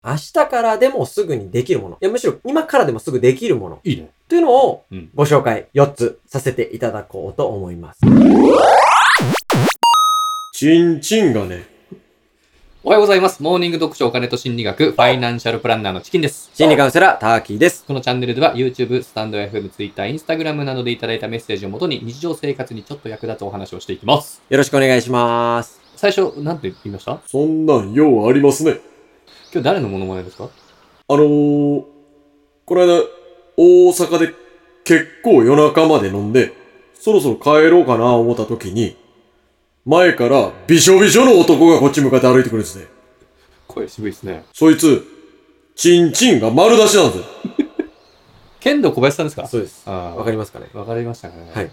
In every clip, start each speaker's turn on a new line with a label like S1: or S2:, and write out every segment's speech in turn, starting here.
S1: 明日からでもすぐにできるもの。いや、むしろ今からでもすぐできるもの。
S2: いいね。
S1: というのを
S2: うん
S1: ご紹介4つさせていただこうと思います。チンチンがね。
S3: おはようございます。モーニング読書お金と心理学、ファイナンシャルプランナーのチキンです。
S1: 心理カウンセラー、ターキーです。
S3: このチャンネルでは YouTube、スタンド FM、Twitter、Instagram などでいただいたメッセージをもとに日常生活にちょっと役立つお話をしていきます。
S1: よろしくお願いします。
S3: 最初、なんて言いました
S2: そんなん、ようありますね。
S3: 今日誰のモノマネですか
S2: あのー、この間、大阪で結構夜中まで飲んで、そろそろ帰ろうかな思った時に、前からびしょびしょの男がこっち向かって歩いてくるんですね。
S3: 声渋いですね。
S2: そいつ、チンチンが丸出しなんですよ。
S3: 剣道小林さんですか
S1: そうです。
S3: あ
S1: わかりますかね
S3: わかりましたかね。
S1: はい。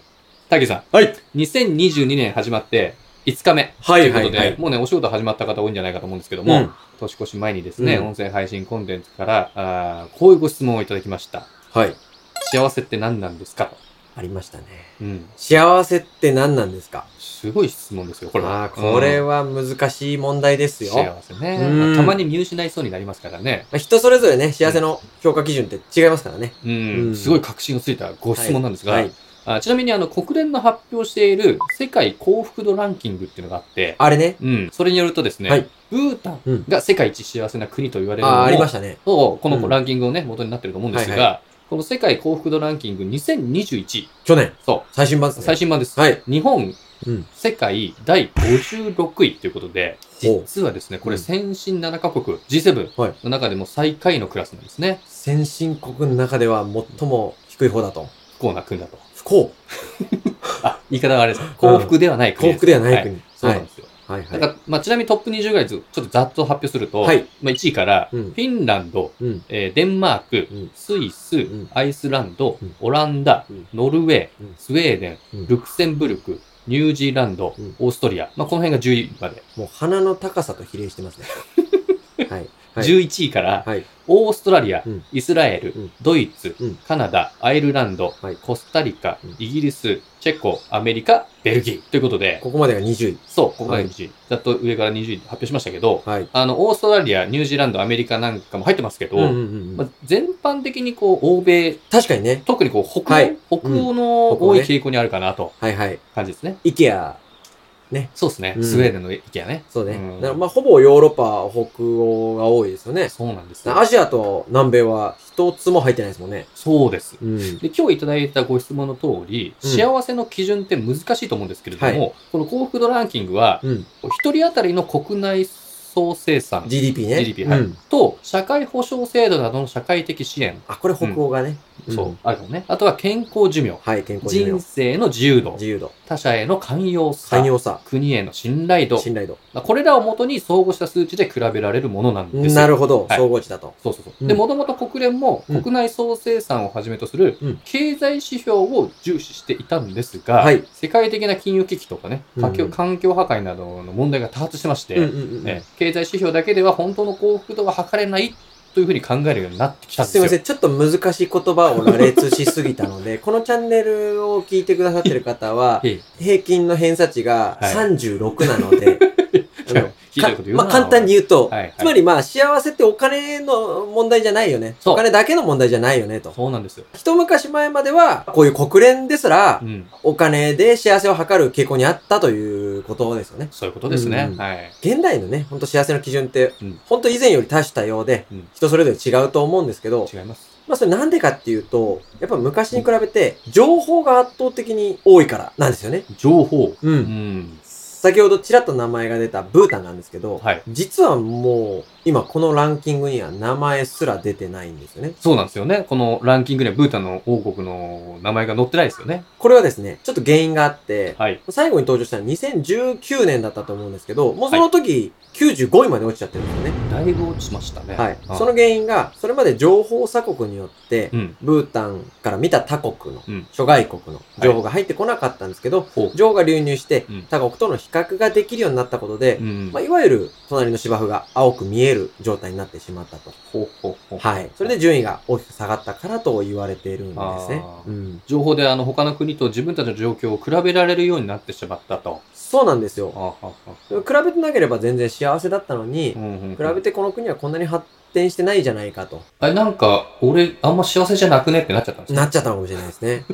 S3: タケさ
S2: は
S3: ん、
S2: い。
S3: 2022年始まって5日目。
S1: は
S3: とい
S1: いう
S3: こ
S1: は
S3: と
S1: い
S3: で、
S1: はい。
S3: もうね、お仕事始まった方多いんじゃないかと思うんですけども、
S1: うん。
S3: 年越し前にですね、
S1: うん
S3: 音声配信コンテンツからあーこういうご質問をいただきました。
S1: はい。
S3: 幸せって何なんですかと。
S1: ありましたね。
S3: うん。
S1: 幸せって何なんですか
S3: すごい質問ですよ、これは。
S1: あーこれ
S3: うん
S1: は難しい問題ですよ。
S3: 幸せね、
S1: うん
S3: まあたまに見失いそうになりますからね。
S1: まあ人それぞれね、幸せの評価基準って違いますからね。
S3: うん。
S1: うん
S3: すごい確信をついたご質問なんですが、
S1: はい。
S3: あちなみにあの国連の発表している世界幸福度ランキングっていうのがあって、
S1: あれね。
S3: うん。それによるとですね、
S1: はい
S3: ブータ
S1: うん
S3: ンが世界一幸せな国と言われるの
S1: ああー、ありま
S3: も、
S1: したね。
S3: そうこ
S1: うん
S3: のランキングをね、元になってると思うんですが、
S1: はいは
S3: この世界幸福度ランキング2021、
S1: 去年。
S3: そ
S1: 最新版です
S3: う、
S1: ね。
S3: 最新版です。
S1: はい。
S3: 日本、
S1: うん
S3: 世界第56位ということで、
S1: ほう
S3: 実はですね、こ
S1: う
S3: れ
S1: ん
S3: 先進7カ国、G7
S1: はい
S3: の中でも最下位のクラスなんですね。
S1: 先進国の中では最も低い方だと。
S3: 不幸な国だと。
S1: 不幸。
S3: あ、言い方があれです。幸福ではない国
S1: 幸
S3: です。
S1: 福ではない国。
S3: そう
S1: は
S3: なん
S1: い
S3: で。すよ。
S1: はい。
S3: だ
S1: は
S3: か
S1: い。
S3: ら、まあ、ちなみにトップ20ぐらいずちょっとざっと発表すると、
S1: はい
S3: まあ、1位から、
S1: う
S3: フ
S1: ん
S3: ィンランド、
S1: うん
S3: えーデンマーク、
S1: うん
S3: スイス、
S1: ん
S3: アイスランド、
S1: うん
S3: オランダ、
S1: うん
S3: ノルウェー、
S1: うん
S3: スウェーデ
S1: うん
S3: ン、ルクセンブルク、ニュージーランド、
S1: うん
S3: オーストリア、まあ、この辺が10位まで、
S1: もう鼻の高さと比例してますね。はい。はい
S3: 11位から、
S1: はい。
S3: オーストラリア、
S1: うん
S3: イスラエル、
S1: うん
S3: ドイツ、
S1: うん
S3: カナダ、アイルランド、
S1: はい
S3: コスタリカ、
S1: うん
S3: イギリス、チェコ、アメリカ、ベルギー。ということで、
S1: ここまでが20位。
S3: そう、ここが20位。ざっと上から20位発表しましたけど、
S1: はい。
S3: あの、オーストラリア、ニュージーランド、アメリカなんかも入ってますけど、
S1: うんうんうんう
S3: ま
S1: ん
S3: あ、全般的にこう、欧米、
S1: 確かにね。
S3: 特にこう、北欧、
S1: はい
S3: 北欧の
S1: うん北欧
S3: 多
S1: ね
S3: い傾向にあるかなと
S1: はいはい。
S3: 感じですね。
S1: イケア。
S3: そうですね、
S1: うん
S3: スウェーデンの意見ね。
S1: そうね。
S3: うん
S1: だからまあ、ほぼヨーロッパ、北欧が多いですよね。
S3: そうなんですよ
S1: アジアと南米は一つも入ってないですもんね。
S3: そうです。
S1: うん。
S3: で今日いただいたご質問の通り、
S1: うん
S3: 幸せの基準って難しいと思うんですけれども、
S1: は
S3: この幸福度ランキングは、
S1: うん。
S3: 1人当たりの国内総生産
S1: GDP ね。
S3: GDP はい
S1: うん
S3: と、社会保障制度などの社会的支援、
S1: あ、これ北欧がね。うん
S3: そう、あるのね。あとは健康寿命、
S1: はい、健康寿
S3: 人
S1: 命。
S3: 生の自由度
S1: 自、由度。
S3: 他者への寛容さ
S1: 寛、容さ。
S3: 国への信頼度、
S1: 信頼度。
S3: まあこれらをもとに総合した数値で比べられるものなんですよ。
S1: なるほど。
S3: はい
S1: 総合値だと。
S3: そうそうそう。
S1: うん
S3: で、もともと国連も
S1: うん
S3: 国内総生産をはじめとする
S1: うん
S3: 経済指標を重視していたんですが、
S1: はい
S3: 世界的な金融危機とかね、
S1: うん
S3: 環境環境破壊などの問題が多発してまして、
S1: うんうんうん
S3: ね経済指標だけでは本当の幸福度が測れないというふうに考えるようになってきたんですす
S1: い
S3: よ。
S1: ません。ちょっと難しい言葉を羅列しすぎたので、こ のチャンネルを聞いてくださってる方は、
S3: え
S1: 平均の偏差値が
S3: はい
S1: 36なの で、
S3: え
S1: あの
S3: ひどいこと言うな。
S1: まあ、簡単に言うと、
S3: はいはい
S1: つまりまあ、幸せってお金の問題じゃないよね。
S3: そう
S1: お金だけの問題じゃないよね、と。
S3: そうなんですよ。
S1: 一昔前までは、こういう国連ですら
S3: う、ん。
S1: お金で幸せを図る傾向にあったということですよね。
S3: そういうことですね。
S1: うん
S3: はい。
S1: 現代のね、ほんと幸せの基準って、
S3: うん
S1: ほんと以前より多種多様で
S3: うん、
S1: 人それぞれ違うと思うんですけど、
S3: 違います。
S1: まあそれなんでかっていうと、やっぱ昔に比べて、情報が圧倒的に多いからなんですよね。
S3: 情報。
S1: う。
S3: うんん。
S1: 先ほどちらっと名前が出たブータンなんですけど、
S3: はい。
S1: 実はもう、今このランキングには名前すら出てないんですよね。
S3: そうなんですよね。このランキングにはブータンの王国の名前が載ってないですよね。
S1: これはですね、ちょっと原因があって、
S3: はい。
S1: 最後に登場したのは2019年だったと思うんですけど、もうその時、95位まで落ちちゃってるんですよね。
S3: だいぶ落ちましたね。
S1: はい。
S3: あ
S1: その、原因が、それまで情報鎖国によって、
S3: うん。
S1: ブータンから見た他国の、
S3: うん
S1: 諸外国の情報が入ってこなかったんですけど、
S3: ほう
S1: 情報が流入して
S3: うん、
S1: 他国との比覚ができるようになったことで
S3: う、ん
S1: まあ、いわゆる隣の芝生が青く見える状態になってしまったと。
S3: ほうほうほう
S1: はい。それで順位が大きく下がったからと言われているんですね
S3: あ。ー
S1: うん。
S3: 情報であの他の国と自分たちの状況を比べられるようになってしまったと。
S1: そうなんですよ。
S3: あああああ
S1: 比べてなければ全然幸せだったのに、
S3: うんうんうん
S1: 比べてこの国はこんなに発展してないじゃないかと
S3: あれなんか、俺、あんま幸せじゃなくねってなっちゃったんです
S1: なっちゃったのかもしれないですね。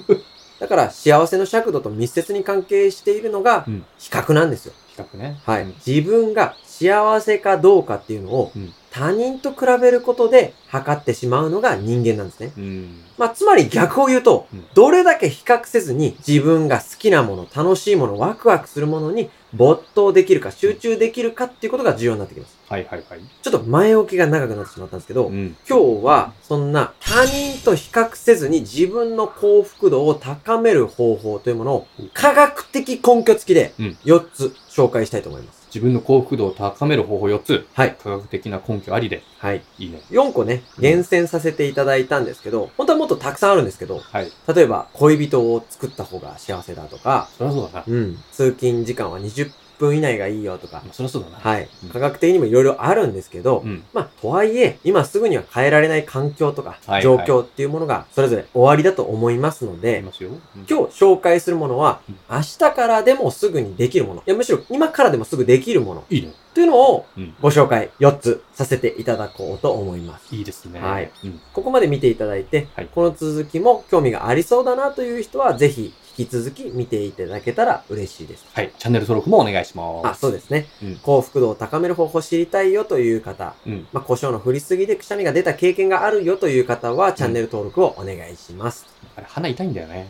S1: だから幸せの尺度と密接に関係しているのが
S3: うん
S1: 比較なんですよ。
S3: 比較ね。
S1: はい。
S3: うん
S1: 自分が幸せかどうかっていうのを
S3: うん
S1: 他人と比べることで測ってしまうのが人間なんですね。
S3: うん。
S1: まあ、つまり逆を言うと
S3: うん、
S1: どれだけ比較せずに自分が好きなもの、楽しいもの、ワクワクするものに没頭できるか集中できるかっていうことが重要になってきます。
S3: はいはいはい。
S1: ちょっと前置きが長くなってしまったんですけど、
S3: うん。
S1: 今日はそんな他人と比較せずに自分の幸福度を高める方法というものを科学的根拠付きで
S3: うん
S1: 4つ紹介したいと思います。
S3: 自分の幸福度を高める方法4つ。
S1: はい。
S3: 科学的な根拠ありで。
S1: はい。
S3: いいね。
S1: 4個ね、厳選させていただいたんですけど、本当はもっとたくさんあるんですけど、
S3: はい。
S1: 例えば恋人を作った方が幸せだとか、
S3: そりゃそうだな。
S1: うん、通勤時間は20分以内がいいよとか
S3: まあ、そりゃそうだな。
S1: はい
S3: うん。
S1: 科学的にもいろいろあるんですけど、
S3: うん。
S1: まあ、とはいえ、今すぐには変えられない環境とか
S3: はいは、い
S1: 状況っていうものがそれぞれ終わりだと思いますの
S3: あり
S1: で、
S3: ますよ。日、
S1: 今日紹介するものは
S3: うん、
S1: 明日からでもすぐにできるもの、いやむしろ今からでもすぐできるもの
S3: いいね。
S1: というのを
S3: うん
S1: ご紹介4つさせていただこうと思います。
S3: いいですね。
S1: はい。
S3: うん。
S1: ここまで見ていただいて、
S3: はい
S1: この続きも興味がありそうだなという人は、ぜひ引き続き見ていただけたら嬉しいです。
S3: はい。チャンネル登録もお願いします。
S1: あ、そうですね。
S3: うん
S1: 幸福度を高める方法を知りたいよという方、
S3: うん
S1: まあ、胡椒の振りすぎでくしゃみが出た経験があるよという方は、チャンネル登録をお願いします。
S3: あれ、鼻痛いんだよね。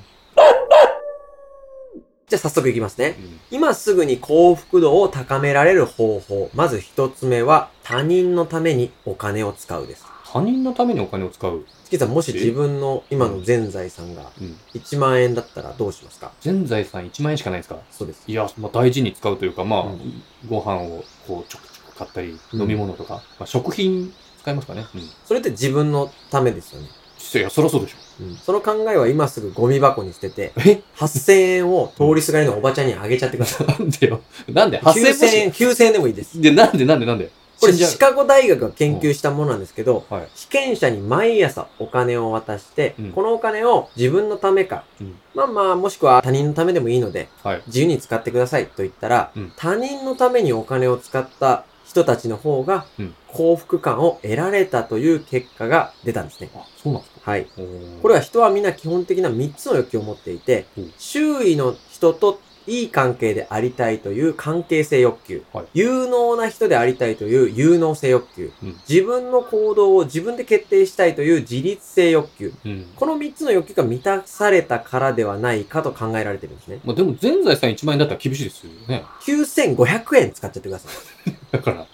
S1: じゃあ早速いきますね
S3: う。ん。
S1: 今すぐに幸福度を高められる方法。まず一つ目は、他人のためにお金を使うです。
S3: 他人のためにお金を使う。
S1: 月さん、もし
S3: え
S1: 自分の今の全財産が
S3: うん。
S1: 1万円だったらどうしますか
S3: 全財産1万円しかないですから。
S1: そうです。
S3: いや、まあ、大事に使うというか、まあ、
S1: うん
S3: ご飯をこうちょくちょく買ったり、
S1: うん
S3: 飲み物とか、まあ、食品使いますかね。うん。
S1: それって自分のためですよね。
S3: いや、そりゃそうでしょ。
S1: うん、その考えは今すぐゴミ箱に捨てて、
S3: え
S1: 8000円を通りすがりのおばちゃんにあげちゃってください。
S3: なんでよ。なんで ?8000
S1: 9000円、9000円でもいいです。
S3: で、なんでなんでなんで
S1: これ
S3: 死んじゃう
S1: シカゴ大学が研究したものなんですけど、
S3: はい。
S1: 被験者に毎朝お金を渡して、
S3: うん
S1: このお金を自分のためか、
S3: うん
S1: まあまあもしくは他人のためでもいいので、
S3: はい。
S1: 自由に使ってくださいと言ったら、
S3: うん
S1: 他人のためにお金を使った人たちの方が
S3: うん
S1: 幸福感を得られたという結果が出たんですね。
S3: あ、そうなんですか
S1: はい。
S3: おー
S1: これは人はみんな基本的な3つの欲求を持っていて
S3: うん、
S1: 周囲の人といい関係でありたいという関係性欲求、
S3: はい
S1: 有能な人でありたいという有能性欲求、
S3: うん
S1: 自分の行動を自分で決定したいという自立性欲求、
S3: うん。
S1: この3つの欲求が満たされたからではないかと考えられてるんですね。
S3: まあ、でも、全財産1万円だったら厳しいですよね。
S1: 9500円使っちゃってください。
S3: だから。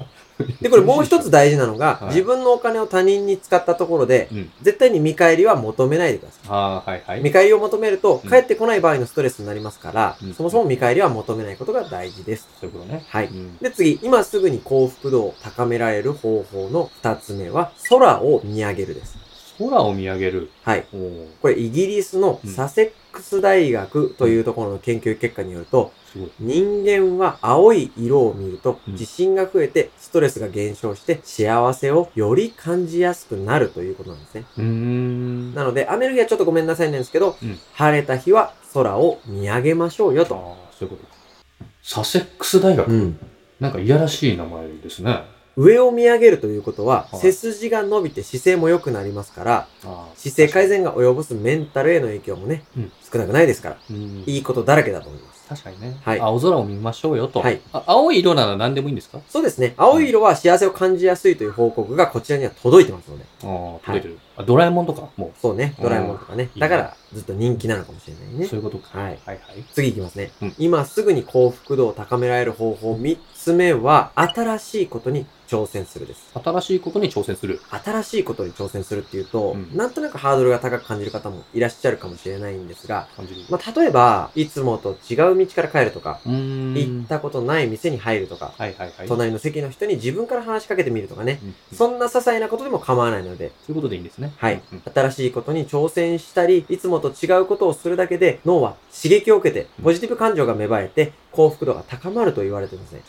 S1: で、これもう一つ大事なのが、
S3: はい
S1: 自分のお金を他人に使ったところで、
S3: うん
S1: 絶対に見返りは求めないでください。
S3: ああ、はいはい。
S1: 見返りを求めると
S3: うん、
S1: 帰ってこない場合のストレスになりますから、
S3: うん
S1: そもそも見返りは求めないことが大事です。
S3: そういうことね。
S1: はい
S3: うん
S1: で、次、今すぐに幸福度を高められる方法の二つ目は、空を見上げるです。
S3: 空を見上げる。
S1: はい。
S3: おー
S1: これ、イギリスの
S3: うん
S1: サセックス大学というところの研究結果によると、
S3: すごい。
S1: 人間は青い色を見ると、
S3: うん
S1: 自信が増えて、ストレスが減少して、幸せをより感じやすくなるということなんですね。
S3: うーん。
S1: なので、雨の日はちょっとごめんなさいなんですけど、
S3: うん
S1: 晴れた日は空を見上げましょうよと。
S3: ああ、そういうことか。サセックス大学、
S1: うん。
S3: なんかいやらしい名前ですね。あ
S1: 上を見上げるということは、
S3: はい
S1: 背筋が伸びて姿勢も良くなりますから、
S3: あ
S1: 姿勢改善が及ぼすメンタルへの影響もね、
S3: うん
S1: 少なくないですから、
S3: うん
S1: いいことだらけだと思います。
S3: 確かにね、
S1: はい
S3: 青空を見ましょうよと、
S1: はい
S3: あ青い色なら何でもいいんですか
S1: そうですね。青い色は幸せを感じやすいという報告がこちらには届いてますので。
S3: あー取れてる、あドラえもんとかも
S1: そうね。ドラえもんとかね
S3: う。ん、
S1: だから、ずっと人気なのかもしれないうね
S3: そう。いうことか、
S1: はい。
S3: はいはい
S1: 次いきますね、
S3: うん
S1: 今すぐに幸福度を高められる方法3つ目は、新しいことに挑戦するです。
S3: 新しいことに挑戦する。
S1: 新しいことに挑戦するっていうと、
S3: うん
S1: なんとなくハードルが高く感じる方もいらっしゃるかもしれないんですが、
S3: 感じる。
S1: まあ、例えば、いつもと違う道から帰るとか、
S3: うーん。
S1: 行ったことない店に入るとか、
S3: はいはいはい。そう
S1: 隣の席の人に自分から話しかけてみるとかね、
S3: んそ
S1: そ
S3: う
S1: んな些細なことでも構わないので、
S3: いうことでいいんですね。
S1: はい
S3: うん。
S1: 新しいことに挑戦したり、いつもと違うことをするだけで、脳は刺激を受けて、ポジティブ感情が芽生えて、幸福度が高まると言われてますね。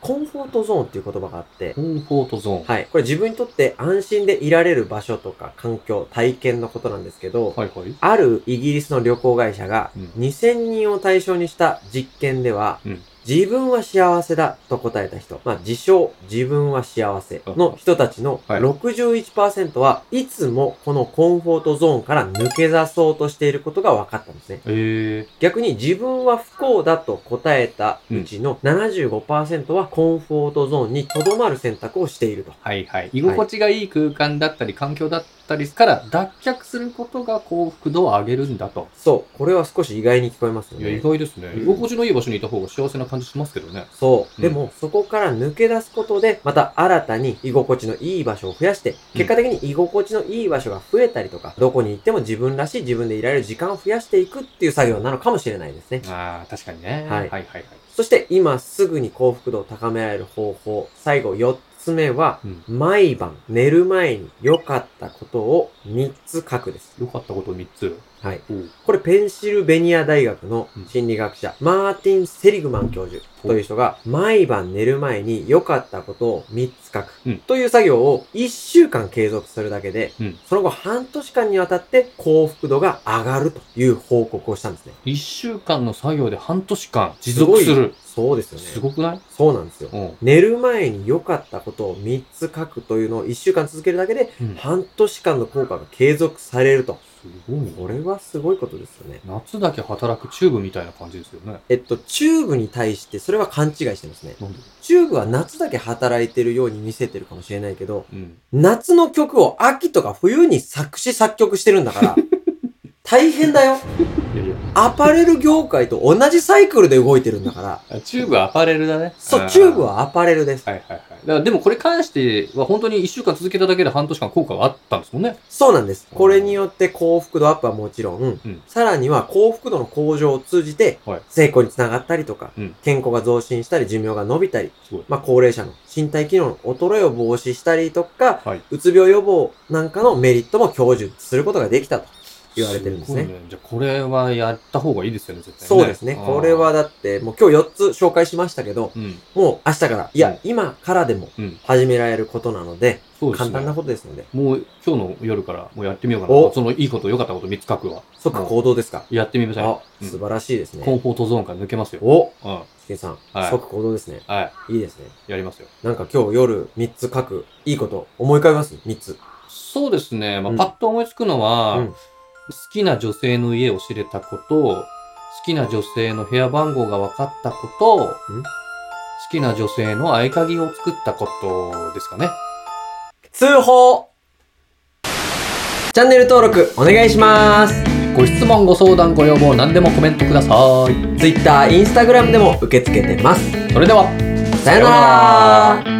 S1: コンフォートゾーンっていう言葉があって、
S3: コンフォートゾーン。
S1: はい。これ自分にとって安心でいられる場所とか環境、体験のことなんですけど、
S3: はいはい。
S1: あるイギリスの旅行会社が
S3: うん
S1: 2000人を対象にした実験では、
S3: うん
S1: 自分は幸せだと答えた人、まあ自称自分は幸せの人たちの
S3: はい
S1: 61%はいつもこのコンフォートゾーンから抜け出そうとしていることが分かったんですね。
S3: え
S1: 逆に自分は不幸だと答えたうちの75%はコンフォートゾーンに留まる選択をしていると。
S3: ー、はいはい。居心地がいい空間だったり、環境だったりから脱却することが幸福度を上げるんだと。
S1: そう。これは少し意外に聞こえますよ
S3: いや、
S1: ね。
S3: 意外ですね。
S1: うん
S3: 居心地のいい場所にいた方が幸せな感じしますけどね。
S1: そう。
S3: うん
S1: でも、そこから抜け出すことで、また新たに居心地のいい場所を増やして、結果的に居心地のいい場所が増えたりとか、どこに行っても自分らしい自分でいられる時間を増やしていくっていう作業なのかもしれないですね。
S3: ああ、確かにね。
S1: はい
S3: はいはいはい。
S1: そして、今すぐに幸福度を高められる方法、最後4つ目は、
S3: うん。
S1: 毎晩寝る前に良かったことを3つ書くです。
S3: 良かったこと3つ。
S1: はい。
S3: おう
S1: これペンシルベニア大学の
S3: うん
S1: 心理学者、マーティン・セリグマン教授という人が、毎晩寝る前に良かったことを3つ書
S3: うん
S1: くという作業を1週間継続するだけで、
S3: うん
S1: その後半年間にわたって幸福度が上がるという報告をしたんですね。
S3: 一週間の作業で半年間持続す
S1: ご
S3: る
S1: い。そうですよね。
S3: すごくない
S1: そうなんですよ。
S3: うん。
S1: 寝る前に良かったことを3つ書くというのを1週間続けるだけで、
S3: うん
S1: 半年間の効果が継続されると。
S3: すごい
S1: こ
S3: ね。
S1: れはすごいことですよね。
S3: 夏だけ働くチューブみたいな感じですよね。
S1: えっと、チューブに対して、それは勘違いしてますね。
S3: なんで
S1: チューブは夏だけ働いてるように見せてるかもしれないけど、
S3: うん。
S1: 夏の曲を秋とか冬に作詞作曲してるんだ から、大変だよ。
S3: いやいや
S1: アパレル業界と同じサイクルで動いてるんだから、
S3: あチューブはアパレルだね。
S1: そ
S3: あ
S1: う、チューブ。はアパレルです。
S3: はいはいはい。だからでもこれ関しては本当に1週間続けただけで半年間効果があったんですもんね。
S1: そうなんです。これによって幸福度アップはもちろん、
S3: ん
S1: さらには幸福度の向上を通じて
S3: はい、
S1: 成功につながったりとか、
S3: うん
S1: 健康が増進したり、寿命が伸びたり
S3: すごい、
S1: まあ、高齢者の身体機能の衰えを防止したりとか、
S3: はいう
S1: つ病予防なんかのメリットも享受することができたと言われてるんですね。
S3: ごいじゃあこれはやった方がいいですよね、絶対、ね。
S1: そうですね。
S3: あー
S1: これは。だって、もう今日4つ紹介しましたけど、
S3: うん。
S1: もう明日から、いや、今からでも
S3: うん。
S1: 始められることなので、
S3: そうです
S1: 簡
S3: ね。
S1: 単なことですので、
S3: もう今日の夜からもうやってみようかな。
S1: お
S3: そのいいこと、良かったこと3つ書くわ。
S1: 即行動ですか。
S3: やってみまし
S1: あ
S3: ょ、うん
S1: 素晴らしいです
S3: う。コン
S1: ね。
S3: フォートゾーンから抜けますよ。
S1: お
S3: うん。は
S1: チキンさん、
S3: はい
S1: 即行動ですね。
S3: い。
S1: いいですね。
S3: やりますよ。
S1: なんか今日夜3つ書く、いいこと思い浮かびます ?3 つ。
S3: そうですね。まあ、
S1: うん
S3: パッと思いつくのは、
S1: うん
S3: 好きな女性の家を知れたこと、好きな女性の部屋番号が分かったこと、好きな女性の合鍵を作ったことですかね。
S1: 通報チャンネル登録お願いします。
S3: ご質問、ご相談、ご要望、何でもコメントください。
S1: Twitter、Instagram でも受け付けてます。
S3: それでは、
S1: さよなら